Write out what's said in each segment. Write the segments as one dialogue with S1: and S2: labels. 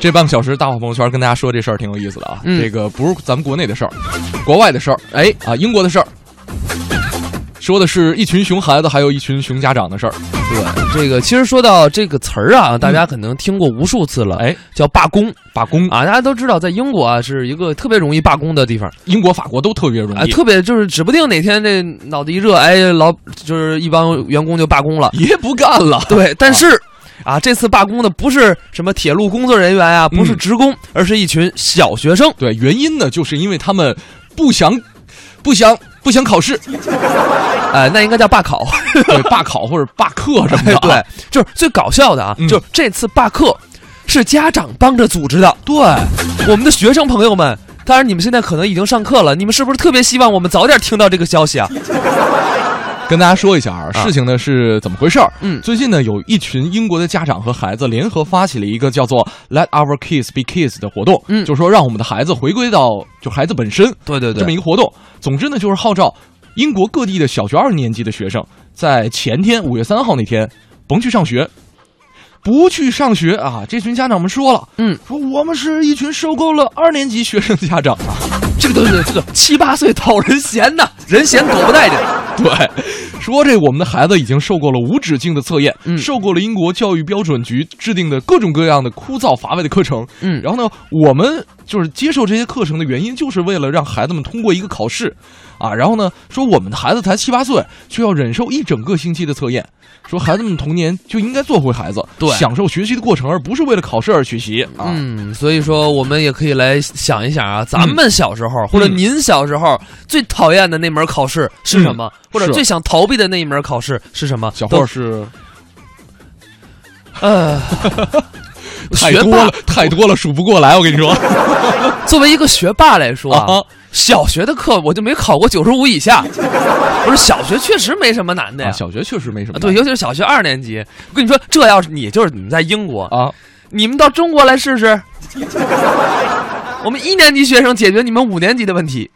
S1: 这半个小时大话朋友圈跟大家说这事儿挺有意思的啊，
S2: 嗯
S1: 这个不是咱们国内的事儿，国外的事儿，哎啊，英国的事儿，说的是一群熊孩子还有一群熊家长的事儿，
S2: 对，这个其实说到这个词儿啊，大家可能听过无数次了，
S1: 嗯哎，
S2: 叫罢工
S1: 罢工，
S2: 啊，大家都知道，在英国啊是一个特别容易罢工的地方
S1: 英国、法国都特别容
S2: 啊，
S1: 易，
S2: 特别就是指不定哪天这脑子一热，哎，老就是一帮员工就罢工了。
S1: 爷不干了，
S2: 对，但是啊，这次罢工的不是什么铁路工作人员啊，不是
S1: 嗯
S2: 职工，而是一群小学生。
S1: 对，原因呢，就是因为他们不想，不想。不想考试，
S2: 哎，那应该叫罢考。，
S1: 对罢考或者罢课什么的
S2: 对，就是最搞笑的啊，
S1: 嗯
S2: 就是这次罢课是家长帮着组织的。对，我们的学生朋友们，当然你们现在可能已经上课了，你们是不是特别希望我们早点听到这个消息啊？
S1: 跟大家说一下啊，事情呢是怎么回事儿？
S2: 嗯
S1: 最近呢有一群英国的家长和孩子联合发起了一个叫做 “Let Our Kids Be Kids” 的活动，
S2: 嗯
S1: 就是说让我们的孩子回归到就孩子本身
S2: 对对
S1: 这么一
S2: 对，
S1: 个活动。总之呢，就是号召英国各地的小学二年级的学生，在前天五月三号那天，甭去上学。不去上学啊！这群家长们说了，
S2: 嗯，
S1: 说我们是一群受够了二年级学生的家长，
S2: 这个都是这个七八岁讨人嫌呐， 人嫌狗不待见。
S1: 对，说这我们的孩子已经受够了无止境的测验，
S2: 嗯
S1: 受够了英国教育标准局制定的各种各样的枯燥乏味的课程。
S2: 嗯
S1: 然后呢，我们就是接受这些课程的原因，就是为了让孩子们通过一个考试，啊，然后呢，说我们的孩子才七八岁，却要忍受一整个星期的测验，说孩子们童年就应该做回孩子，
S2: 对
S1: 享受学习的过程，而不是为了考试而学习啊。
S2: 嗯，所以说我们也可以来想一想啊，咱们小时候、或者您小时候最讨厌的那门考试嗯是什么，或者
S1: 是
S2: 最想逃避的那一门考试是什么？
S1: 小
S2: 都
S1: 霍是
S2: 呃，
S1: 太
S2: 学
S1: 多
S2: 霸啊
S1: 了，太多了，数不过来。我跟 你说，
S2: 作为一个学霸来说啊，
S1: 啊
S2: 小学的课我就没考过九十五 以下，不是小学确实没什么难的呀。
S1: 啊小学确实没什么
S2: 啊对，
S1: 难
S2: 尤其是小学二年级，我跟你说，这要是你就是你们在英国，
S1: 啊，
S2: 你们到中国来试试，我们一年级学生解决你们五年级的问题。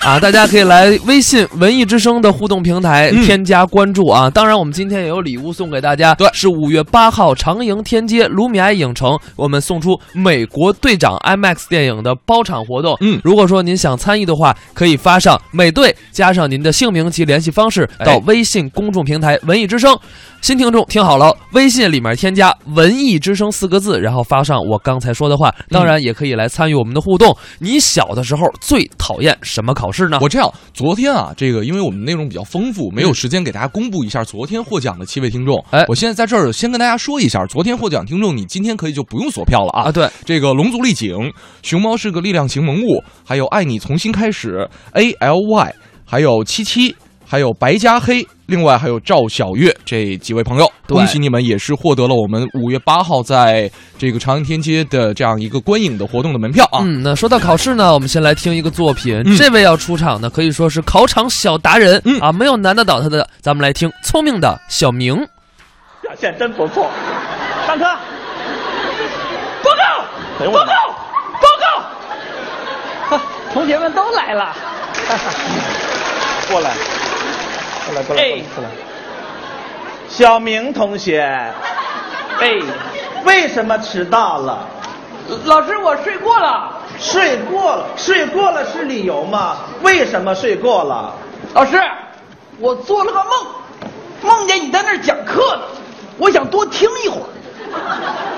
S2: 啊，大家可以来微信“文艺之声”的互动平台
S1: 嗯
S2: 添加关注啊！当然，我们今天也有礼物送给大家，
S1: 对
S2: 是五月八号长营天街卢米埃影城，我们送出美国队长 IMAX 电影的包场活动。
S1: 嗯
S2: 如果说您想参与的话，可以发上美队加上您的姓名及联系方式
S1: 哎
S2: 到微信公众平台“文艺之声”新听众听好了，微信里面添加“文艺之声”四个字，然后发上我刚才说的话。当然，也可以来参与我们的互动。你小的时候最讨厌什么考试呢？
S1: 我这样，昨天啊，这个因为我们内容比较丰富，没有时间给大家公布一下昨天获奖的七位听众。
S2: 嗯哎
S1: 我现在在这儿先跟大家说一下，昨天获奖听众，你今天可以就不用锁票了啊。
S2: 啊，对，
S1: 这个龙族丽景、熊猫是个力量型萌物，还有爱你从新开始 A L Y，还有七七，还有白加黑，另外还有赵小月这几位朋友，
S2: 对
S1: 恭喜你们也是获得了我们五月八号在这个长安天街的这样一个观影的活动的门票啊。
S2: 嗯，那说到考试呢，我们先来听一个作品。
S1: 嗯
S2: 这位要出场呢，可以说是考场小达人、
S1: 嗯
S2: 啊，没有难得倒他的。咱们来听聪明的小明。
S3: 表现真不错。上课，报告，报告，报告、 啊同学们都来了，过来，过来，过来，过来。小明同学，哎，为什么迟到了？
S4: 老师，我睡过了。
S3: 睡过了，睡过了是理由吗？为什么睡过了？
S4: 老师，我做了个梦，梦见你在那儿讲课呢，我想多听一会儿。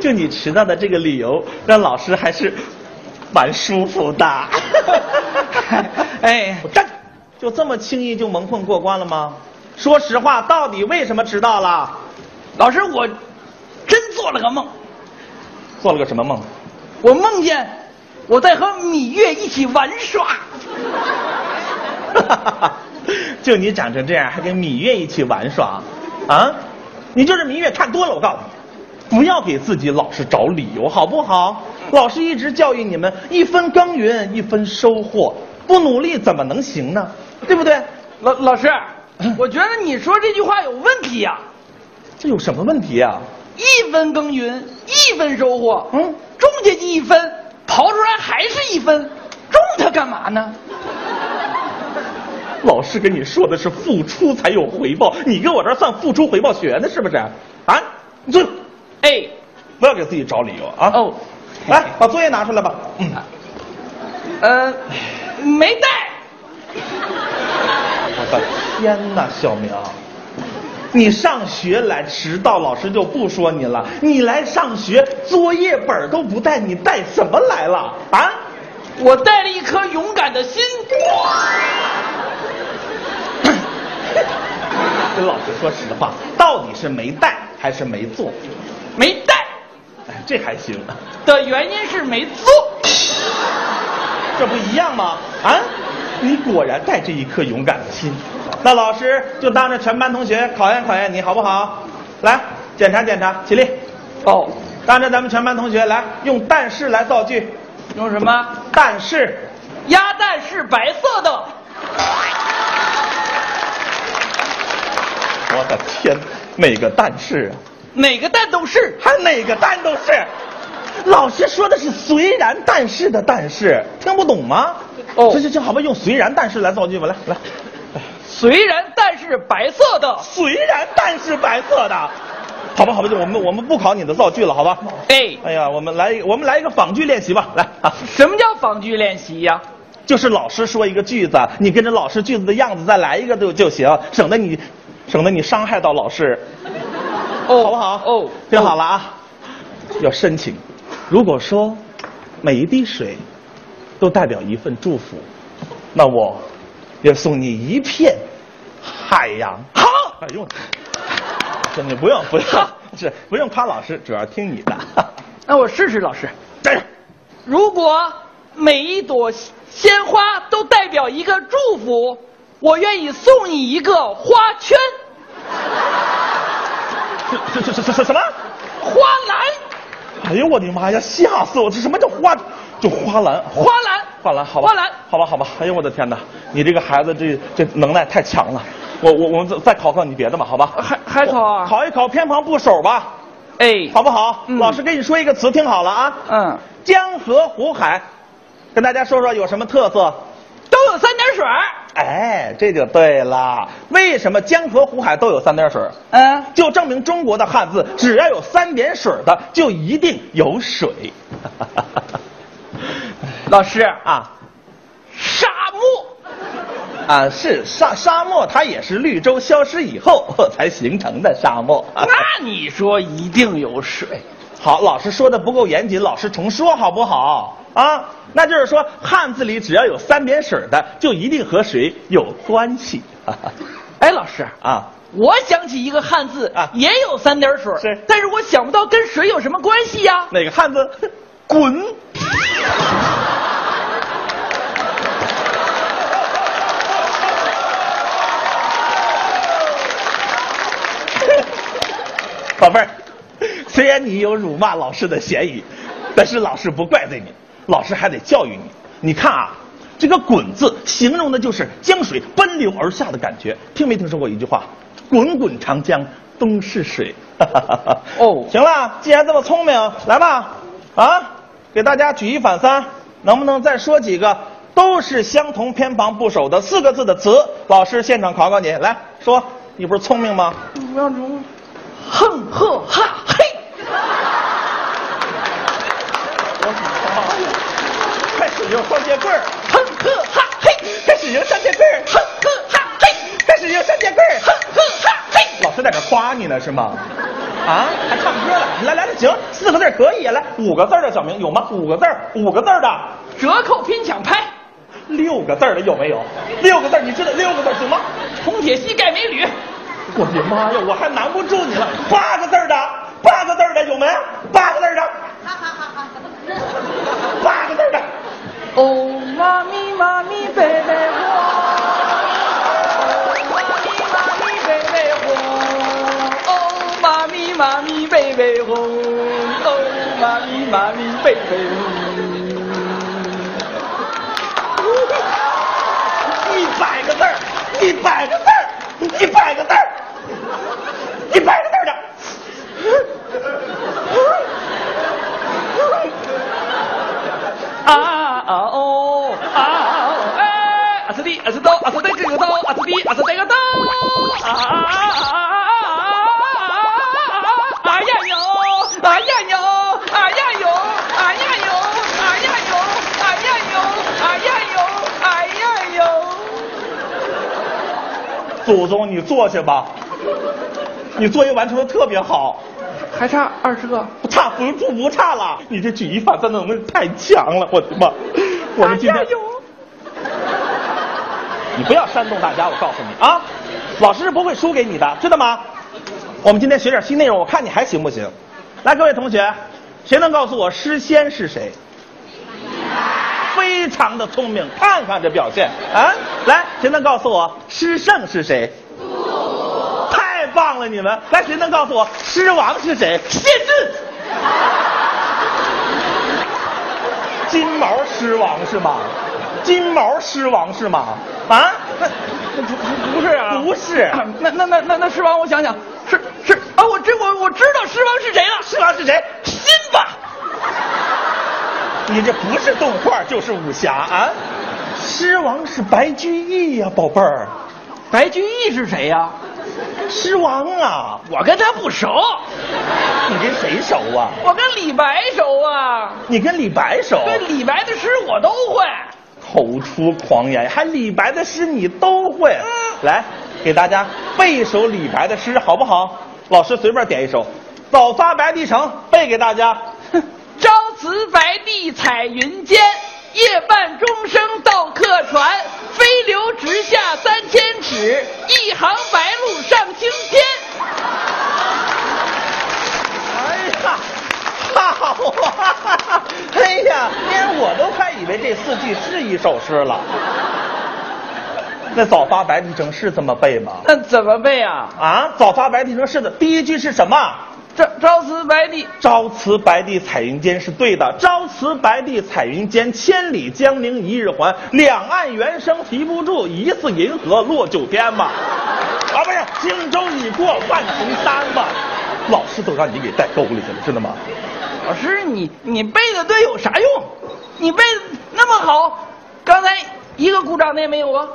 S3: 就你迟到的这个理由，让老师还是蛮舒服 的。
S4: 哎
S3: 我站着，就这么轻易就蒙混过关了吗？说实话，到底为什么迟到了？
S4: 老师，我真做了个梦，
S3: 做了个什么梦？
S4: 我梦见我在和芈月一起玩耍。
S3: 就你长成这样，还跟芈月一起玩耍，啊？你就是芈月看多了，我告诉你，不要给自己老是找理由，好不好？老师一直教育你们，一分耕耘一分收获，不努力怎么能行呢？对不对？
S4: 老老师，我觉得你说这句话有问题啊呀、
S3: 这有什么问题啊？
S4: 一分耕耘一分收获，
S3: 嗯
S4: 种下去一分，刨出来还是一分，种它干嘛呢？
S3: 老师跟你说的是付出才有回报，你跟我这儿算付出回报学呢，是不是？啊，你坐，
S4: 哎，
S3: 不要给自己找理由啊！
S4: 哦，
S3: 来，把作业拿出来吧。嗯，
S4: 呃，没带。
S3: 我的 天哪，小明，你上学来迟到，老师就不说你了。你来上学，作业本都不带，你带什么来了啊？
S4: 我带了一颗勇敢的心。
S3: 跟老师说实话，到底是没带还是没做？
S4: 没带
S3: 哎，这还行，
S4: 的原因是没做。
S3: 这不一样吗？啊，你果然带着一颗勇敢的心。那老师就当着全班同学考验考验你好不好？来，检查检查，起立，
S4: 哦，
S3: 当着咱们全班同学来用但是来造句，
S4: 用什么？
S3: 但是。
S4: 鸭蛋是白色的。
S3: 我的天，哪个但是啊？
S4: 哪个蛋都是。
S3: 还哪个但都是？老师说的是虽然但是的但是，听不懂吗？
S4: 哦
S3: 行行行，好吧，用虽然但是来造句吧，来来，
S4: 虽然蛋是白色的，
S3: 虽然但是白色的，好吧好吧，就我们我们不考你的造句了，好吧？
S4: 哎，
S3: 哎呀，我们来一我们来一个仿句练习吧，来啊，
S4: 什么叫仿句练习呀、
S3: 就是老师说一个句子，你跟着老师句子的样子再来一个就就行，省得你省得你伤害到老师。
S4: 哦，
S3: 好不好？
S4: 哦，
S3: 听好了啊，要深情。如果说每一滴水都代表一份祝福，那我要送你一片海洋。好，哎呦，真的不用不用，是不用夸老师，主要听你的。
S4: 那我试试，老师。
S3: 站着，
S4: 如果每一朵鲜花都代表一个祝福，我愿意送你一个花圈、
S3: 这这这这这什么？
S4: 花篮、
S3: 哎呦我的妈呀，吓死我！这什么叫花？就花篮，
S4: 花篮、
S3: 花篮，好吧，
S4: 花篮。
S3: 好吧，好吧。哎呦，我的天哪，你这个孩子这这能耐太强了。我我我们再再考考你别的吧，好吧？
S4: 还还考啊
S3: 考一考偏旁部首吧，
S4: 哎，
S3: 好不好？
S4: 嗯
S3: 老师给你说一个词，听好了啊。
S4: 嗯，
S3: 江河湖海，跟大家说说有什么特色？
S4: 都有三点水儿。
S3: 哎，这就对了。为什么江河湖海都有三点水？
S4: 嗯，
S3: 就证明中国的汉字只要有三点水的，就一定有水。
S4: 老师，
S3: 啊
S4: 沙漠。
S3: 啊，是沙沙漠，它也是绿洲消失以后 才形成的沙 漠。
S4: 那你说一定有水？
S3: 好，老师说的不够严谨，老师重说好不好？啊，那就是说汉字里只要有三点水的，就一定和水有关系。
S4: 哎，老师，
S3: 啊，
S4: 我想起一个汉字
S3: 啊
S4: 也有三点水，
S3: 是
S4: 但是我想不到跟水有什么关系呀、
S3: 哪个汉字？ 滚！ 宝贝儿，虽然你有辱骂老师的嫌疑，但是老师不怪罪你，老师还得教育你。你看啊，这个“滚”字形容的就是江水奔流而下的感觉。听没听说过一句话？“滚滚长江东逝水。”
S4: 哦
S3: 行了，既然这么聪明，来吧，啊，给大家举一反三，能不能再说几个都是相同偏旁部首的四个字的词？老师现场考考你，来说，你不是聪明吗？
S4: 不要中，哼呵哈嘿，
S3: 哎开始用双截棍儿，
S4: 哼呵哈嘿，
S3: 开始用双截棍儿，
S4: 哼呵哈嘿，
S3: 开始用双截棍儿。
S4: 哼呵哈嘿，
S3: 老师在这夸你呢是吗？啊，还唱歌了？来来来，行，四个字儿可以，来五个字儿的小明有吗？五个字儿，五个字儿的，
S4: 折扣拼抢拍，
S3: 六个字儿的有没有？六个字儿，你知道六个字儿行吗？
S4: 红铁膝盖美女，
S3: 我的妈呀，我还难不住你了。八个字儿的，八个字儿的有没？八个字儿的，八个字儿的。
S4: 哦妈咪妈咪贝贝我，oh, 哦妈咪妈咪贝贝我，哦妈咪妈咪贝贝我，哦妈咪妈咪贝贝我。
S3: 一百个字儿，一百个字儿，一百个字儿，一百个字儿的。
S4: 啊啊哦啊哦哎，啊是的，啊是刀，啊是的，这个刀，啊逼啊是这个刀啊啊啊啊啊啊呀呦啊呀呦啊呀呦啊呀呦啊呀呦啊呀呦啊呀呦啊呀呦，
S3: 祖宗，你坐下吧，你作业完成的特别好，
S4: 还差二十个。
S3: 不差不不不差了，你这举一反三的能力太强了，我的妈！我们今
S4: 啊
S3: 天
S4: 呀呦
S3: 你不要煽动大家，我告诉你啊，老师是不会输给你的，知道吗？我们今天学点新内容，我看你还行不行？来，各位同学，谁能告诉我诗仙是谁？非常的聪明，看看这表现啊！来，谁能告诉我诗圣是谁？太棒了，你们！来，谁能告诉我狮王是谁？谢志，金毛狮王是吗？金毛狮王是吗？啊？那不不是啊，不是。
S4: 那那那那那狮王，我想想，是是啊，我这我我知道狮王是谁了，
S3: 狮王是谁？辛巴。你这不是动画就是武侠啊！狮王是白居易呀、宝贝儿，
S4: 白居易是谁呀、
S3: 狮王啊！
S4: 我跟他不熟，
S3: 你跟谁熟啊？
S4: 我跟李白熟啊，
S3: 你跟李白熟？
S4: 对李白的诗我都会。
S3: 口出狂言，还李白的诗你都会。来，给大家背一首李白的诗，好不好？老师随便点一首，《早发白帝城》背给大家。
S4: 朝辞白帝彩云间，夜半钟声到客船。飞流直下三千尺，一行白鹭上青天。
S3: 哎呀，好啊！哎呀，连我都快以为这四句是一首诗了。那早发白帝城是这么背吗？
S4: 那怎么背啊？
S3: 啊，早发白帝城是的，第一句是什么？
S4: 朝朝辞白帝，
S3: 朝辞白帝彩云间是对的。朝辞白帝彩云间，千里江陵一日还。两岸猿声啼不住，疑似银河落九天嘛。啊，不是，轻舟已过万重山嘛。老师都让你给带沟里去了，知道吗？
S4: 老师你你背的对有啥用？你背的那么好，刚才一个鼓掌的也没有啊，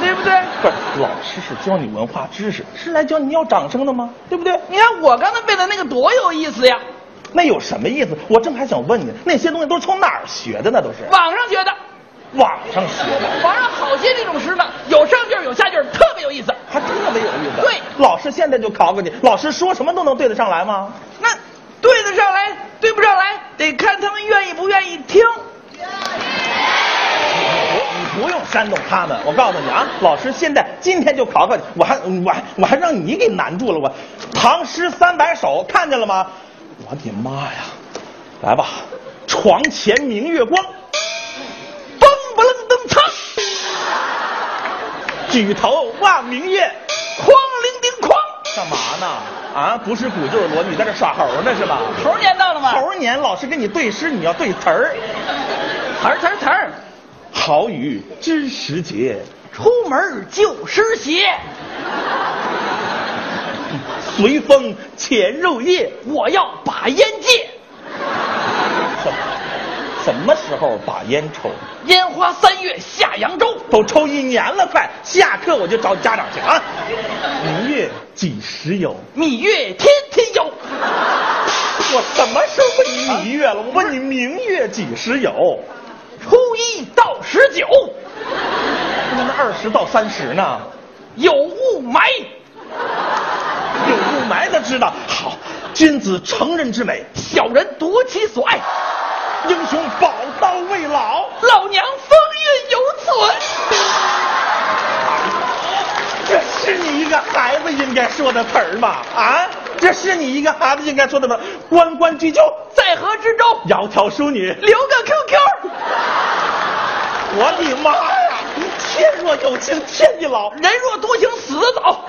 S4: 对不对？
S3: 不是，老师是教你文化知识，是来教你要掌声的吗？对不对？
S4: 你看我刚才背的那个多有意思呀，
S3: 那有什么意思？我正还想问你，那些东西都是从哪儿学的呢？都是
S4: 网上学的，
S3: 网上学的，
S4: 网上好些这种诗呢，有上句儿有下句儿，特别有意思。
S3: 还特别有意思。
S4: 对
S3: 老师现在就考考你，老师说什么都能对得上来吗？
S4: 那对得上来，对不上来，得看他们愿意不愿意听。
S3: 不，你不用煽动他们。我告诉你啊，老师现在今天就考考你，我还我还我还让你给难住了。我《唐诗三百首》看见了吗？我的妈呀！来吧，床前明月光，
S4: 嘣不楞登噌，
S3: 举头望明月。
S4: 哐铃叮哐，
S3: 干嘛呢？啊，不是鼓就是锣，你在这耍猴呢是吧？
S4: 猴年到了吗？
S3: 猴年老师跟你对诗，你要对词儿。
S4: 词儿词儿词儿，
S3: 好雨知时节，
S4: 出门就湿鞋，
S3: 随风潜入夜。
S4: 我要把烟戒，
S3: 什什么时候把烟抽？
S4: 烟花三月下扬州，
S3: 都抽一年了，快！下课我就找家长去啊！明月几时有？
S4: 蜜月天天有。
S3: 我什么时候问你明月了？我问你明月几时有？
S4: 初一到十九
S3: 那二十到三十呢？
S4: 有雾霾，
S3: 有雾霾的知道。好，君子成人之美，
S4: 小人夺其所爱，
S3: 英雄宝刀未老。
S4: 老娘风韵犹存。
S3: 这是你一个孩子应该说的词儿吗？啊，这是你一个孩子应该说的吗？关关雎鸠，
S4: 在河之洲
S3: 窈窕淑女。
S4: 留个 QQ，
S3: 我的妈呀！天若有情天亦老，
S4: 人若多情死得早，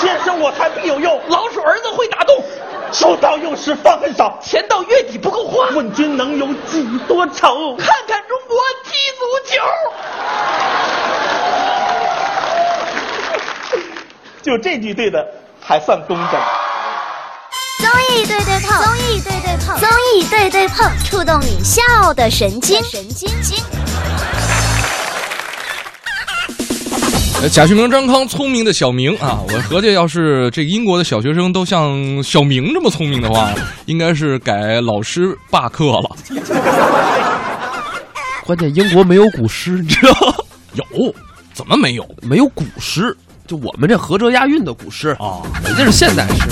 S3: 天生我材必有用。
S4: 老鼠儿子会打洞，
S3: 收到用时方恨少，
S4: 钱到月底不够花。
S3: 问君能有几多愁？
S4: 看看中国踢足球，
S3: 就这句对的，还算工整。
S5: 综艺对对碰，综艺对对碰，综艺对对碰，触动你笑的神经，神经经。
S1: 呃贾旭明、张康，聪明的小明啊！我合计，要是这个英国的小学生都像小明这么聪明的话，应该是改老师罢课了。
S2: 关键英国没有古诗，你知道吗？
S1: 有，怎么没有
S2: 没有古诗，就我们这合辙押韵的古诗，
S1: 啊？
S2: 你那是现代诗，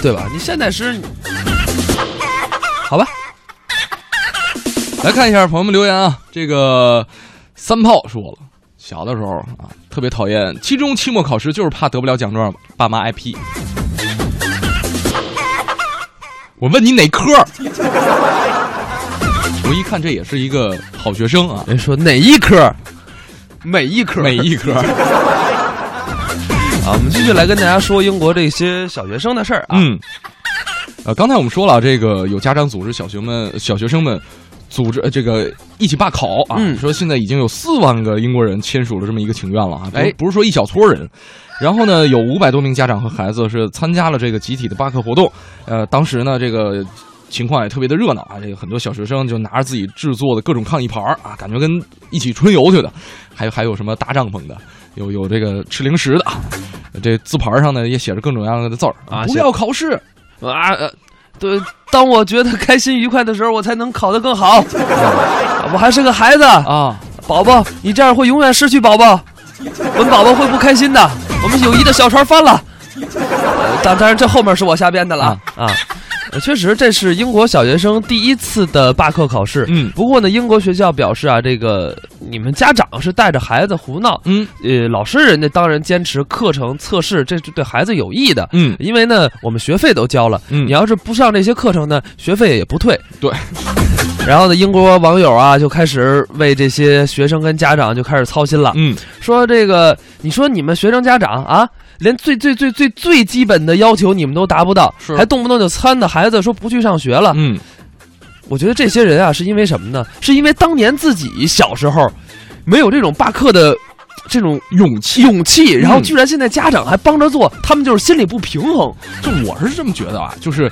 S2: 对吧？你现代诗，好吧？
S1: 来看一下朋友们留言啊，这个三炮说了，小的时候啊，特别讨厌期中、期末考试，就是怕得不了奖状，爸妈挨批。我问你哪科儿？ 我一看这也是一个好学生啊，
S2: 哎人说哪一科？每一科，
S1: 每一科儿。
S2: 啊，我们继续来跟大家说英国这些小学生的事儿啊。
S1: 嗯，呃，刚才我们说了，这个有家长组织小学们、小学生们组织、呃、这个一起罢考啊，
S2: 嗯
S1: 说现在已经有四万个英国人签署了这么一个请愿了啊，不是
S2: 哎
S1: 不是说一小撮人。然后呢，有五百多名家长和孩子是参加了这个集体的罢课活动，呃，当时呢，这个情况也特别的热闹啊，这个很多小学生就拿着自己制作的各种抗议牌儿啊，感觉跟一起春游去的，还有还有什么搭帐篷的，有有这个吃零食的，啊，这字牌儿上呢也写着各种各样的字儿
S2: 啊
S1: 不
S2: 写
S1: 要考试，
S2: 啊，呃对，当我觉得开心愉快的时候，我才能考得更好。我还是个孩子，
S1: 啊，
S2: 宝宝，你这样会永远失去宝宝，我们宝宝会不开心的。我们友谊的小船翻了。呃当当然，这后面是我瞎编的了啊啊。呃确实，这是英国小学生第一次的罢课考试。
S1: 嗯
S2: 不过呢，英国学校表示啊，这个你们家长是带着孩子胡闹，
S1: 嗯
S2: 呃，老师人家当然坚持课程测试，这是对孩子有益的。
S1: 嗯
S2: 因为呢，我们学费都交了，
S1: 嗯
S2: 你要是不上这些课程呢，学费也不退。
S1: 对。
S2: 然后呢，英国网友啊就开始为这些学生跟家长就开始操心了，
S1: 嗯，
S2: 说这个，你说你们学生家长啊，连最最最最最基本的要求你们都达不到，
S1: 是
S2: 还动不动就撺掇孩子说不去上学了。
S1: 嗯，
S2: 我觉得这些人啊，是因为什么呢？是因为当年自己小时候没有这种罢课的这种
S1: 勇气。
S2: 勇气，然后
S1: 嗯
S2: 居然现在家长还帮着做，他们就是心里不平衡。
S1: 就我是这么觉得啊，就是，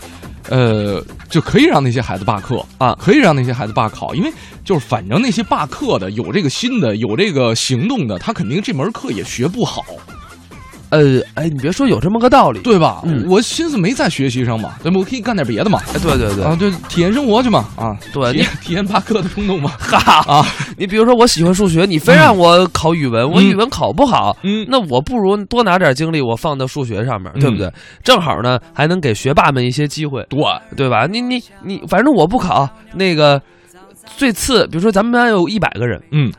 S1: 呃，就可以让那些孩子罢课
S2: 啊
S1: 可以让那些孩子罢考，因为就是反正那些罢课的有这个心的，有这个行动的，他肯定这门课也学不好，
S2: 呃，哎，你别说，有这么个道理。
S1: 对吧？
S2: 嗯
S1: 我心思没在学习上嘛，对吧？我可以干点别的嘛，
S2: 哎，对对对，
S1: 啊，就体验生活去嘛，啊，
S2: 对
S1: 体验体验罢课的冲动嘛，
S2: 哈，
S1: 啊，
S2: 你比如说我喜欢数学，你非让我考语文，我
S1: 嗯
S2: 语文考不好，
S1: 嗯，
S2: 那我不如多拿点精力，我放到数学上面，对不对？正好呢，还能给学霸们一些机会，
S1: 对，
S2: 对吧？你你你，反正我不考那个最次，比如说咱们班有一百个人，
S1: 嗯，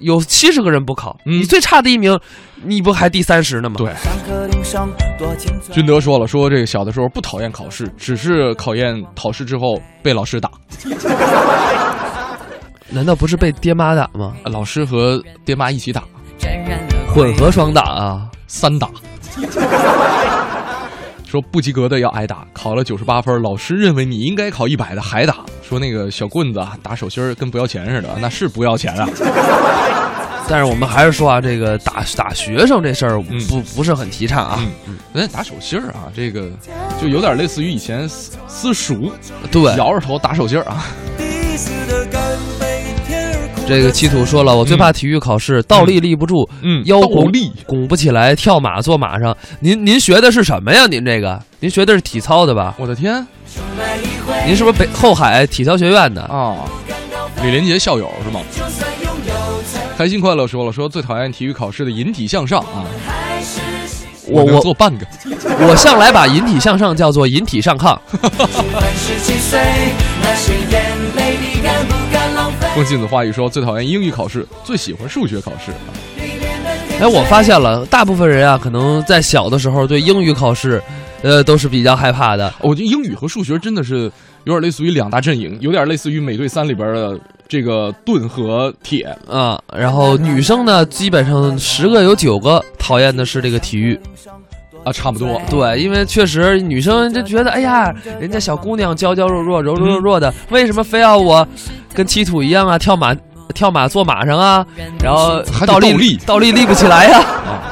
S2: 有七十个人不考，
S1: 嗯
S2: 你最差的一名，你不还第三十呢吗？
S1: 对
S6: 上课铃声多清脆。
S1: 君德说了，说这个小的时候不讨厌考试，只是考验考试之后被老师打，
S2: 难道不是被爹妈打吗？
S1: 老师和爹妈一起打，
S2: 混合双打
S1: 嗯
S2: 啊！
S1: 三打。 说不及格的要挨打，考了九十八分，老师认为你应该考一百的还打，说那个小棍子啊打手心儿跟不要钱似的，那是不要钱啊。
S2: 但是我们还是说啊，这个打打学生这事儿
S1: 嗯
S2: 不、不是很提倡啊。
S1: 嗯，人家打手心儿啊，这个就有点类似于以前私私塾，
S2: 对，
S1: 摇着头打手心儿啊。
S6: 第四的干杯，天儿哭
S2: 这个七土说了，我最怕体育考试，倒立立不住，
S1: 嗯
S2: 腰
S1: 倒
S2: 拱
S1: 立
S2: 拱不起来，跳马坐马上。您您学的是什么呀？您这个您学的是体操的吧？
S1: 我的天
S2: 您是不是北后海体操学院的？
S1: 啊！李连杰校友是吗？开心快乐说了，说最讨厌体育考试的引体向上啊，
S2: 我
S1: 能
S2: 我
S1: 做半个。
S2: 我向来把引体向上叫做引体上 炕。
S6: 满十七岁，那些眼泪你敢不敢浪费？
S1: 用镜子话语说，最讨厌英语考试，最喜欢数学考试。
S2: 哎，我发现了，大部分人啊，可能在小的时候对英语考试，呃，都是比较害怕的。
S1: 我觉得英语和数学真的是有点类似于两大阵营，有点类似于《美队三》里边的这个盾和铁。
S2: 啊，然后女生呢，基本上十个有九个讨厌的是这个体育，
S1: 啊差不多
S2: 对，因为确实女生就觉得，哎呀，人家小姑娘娇娇弱弱、柔柔弱弱的，为什么非要我跟七土一样啊，跳马、跳马坐马上啊，然后
S1: 还得
S2: 倒立
S1: 倒立
S2: 倒立立不起来呀、
S1: 啊，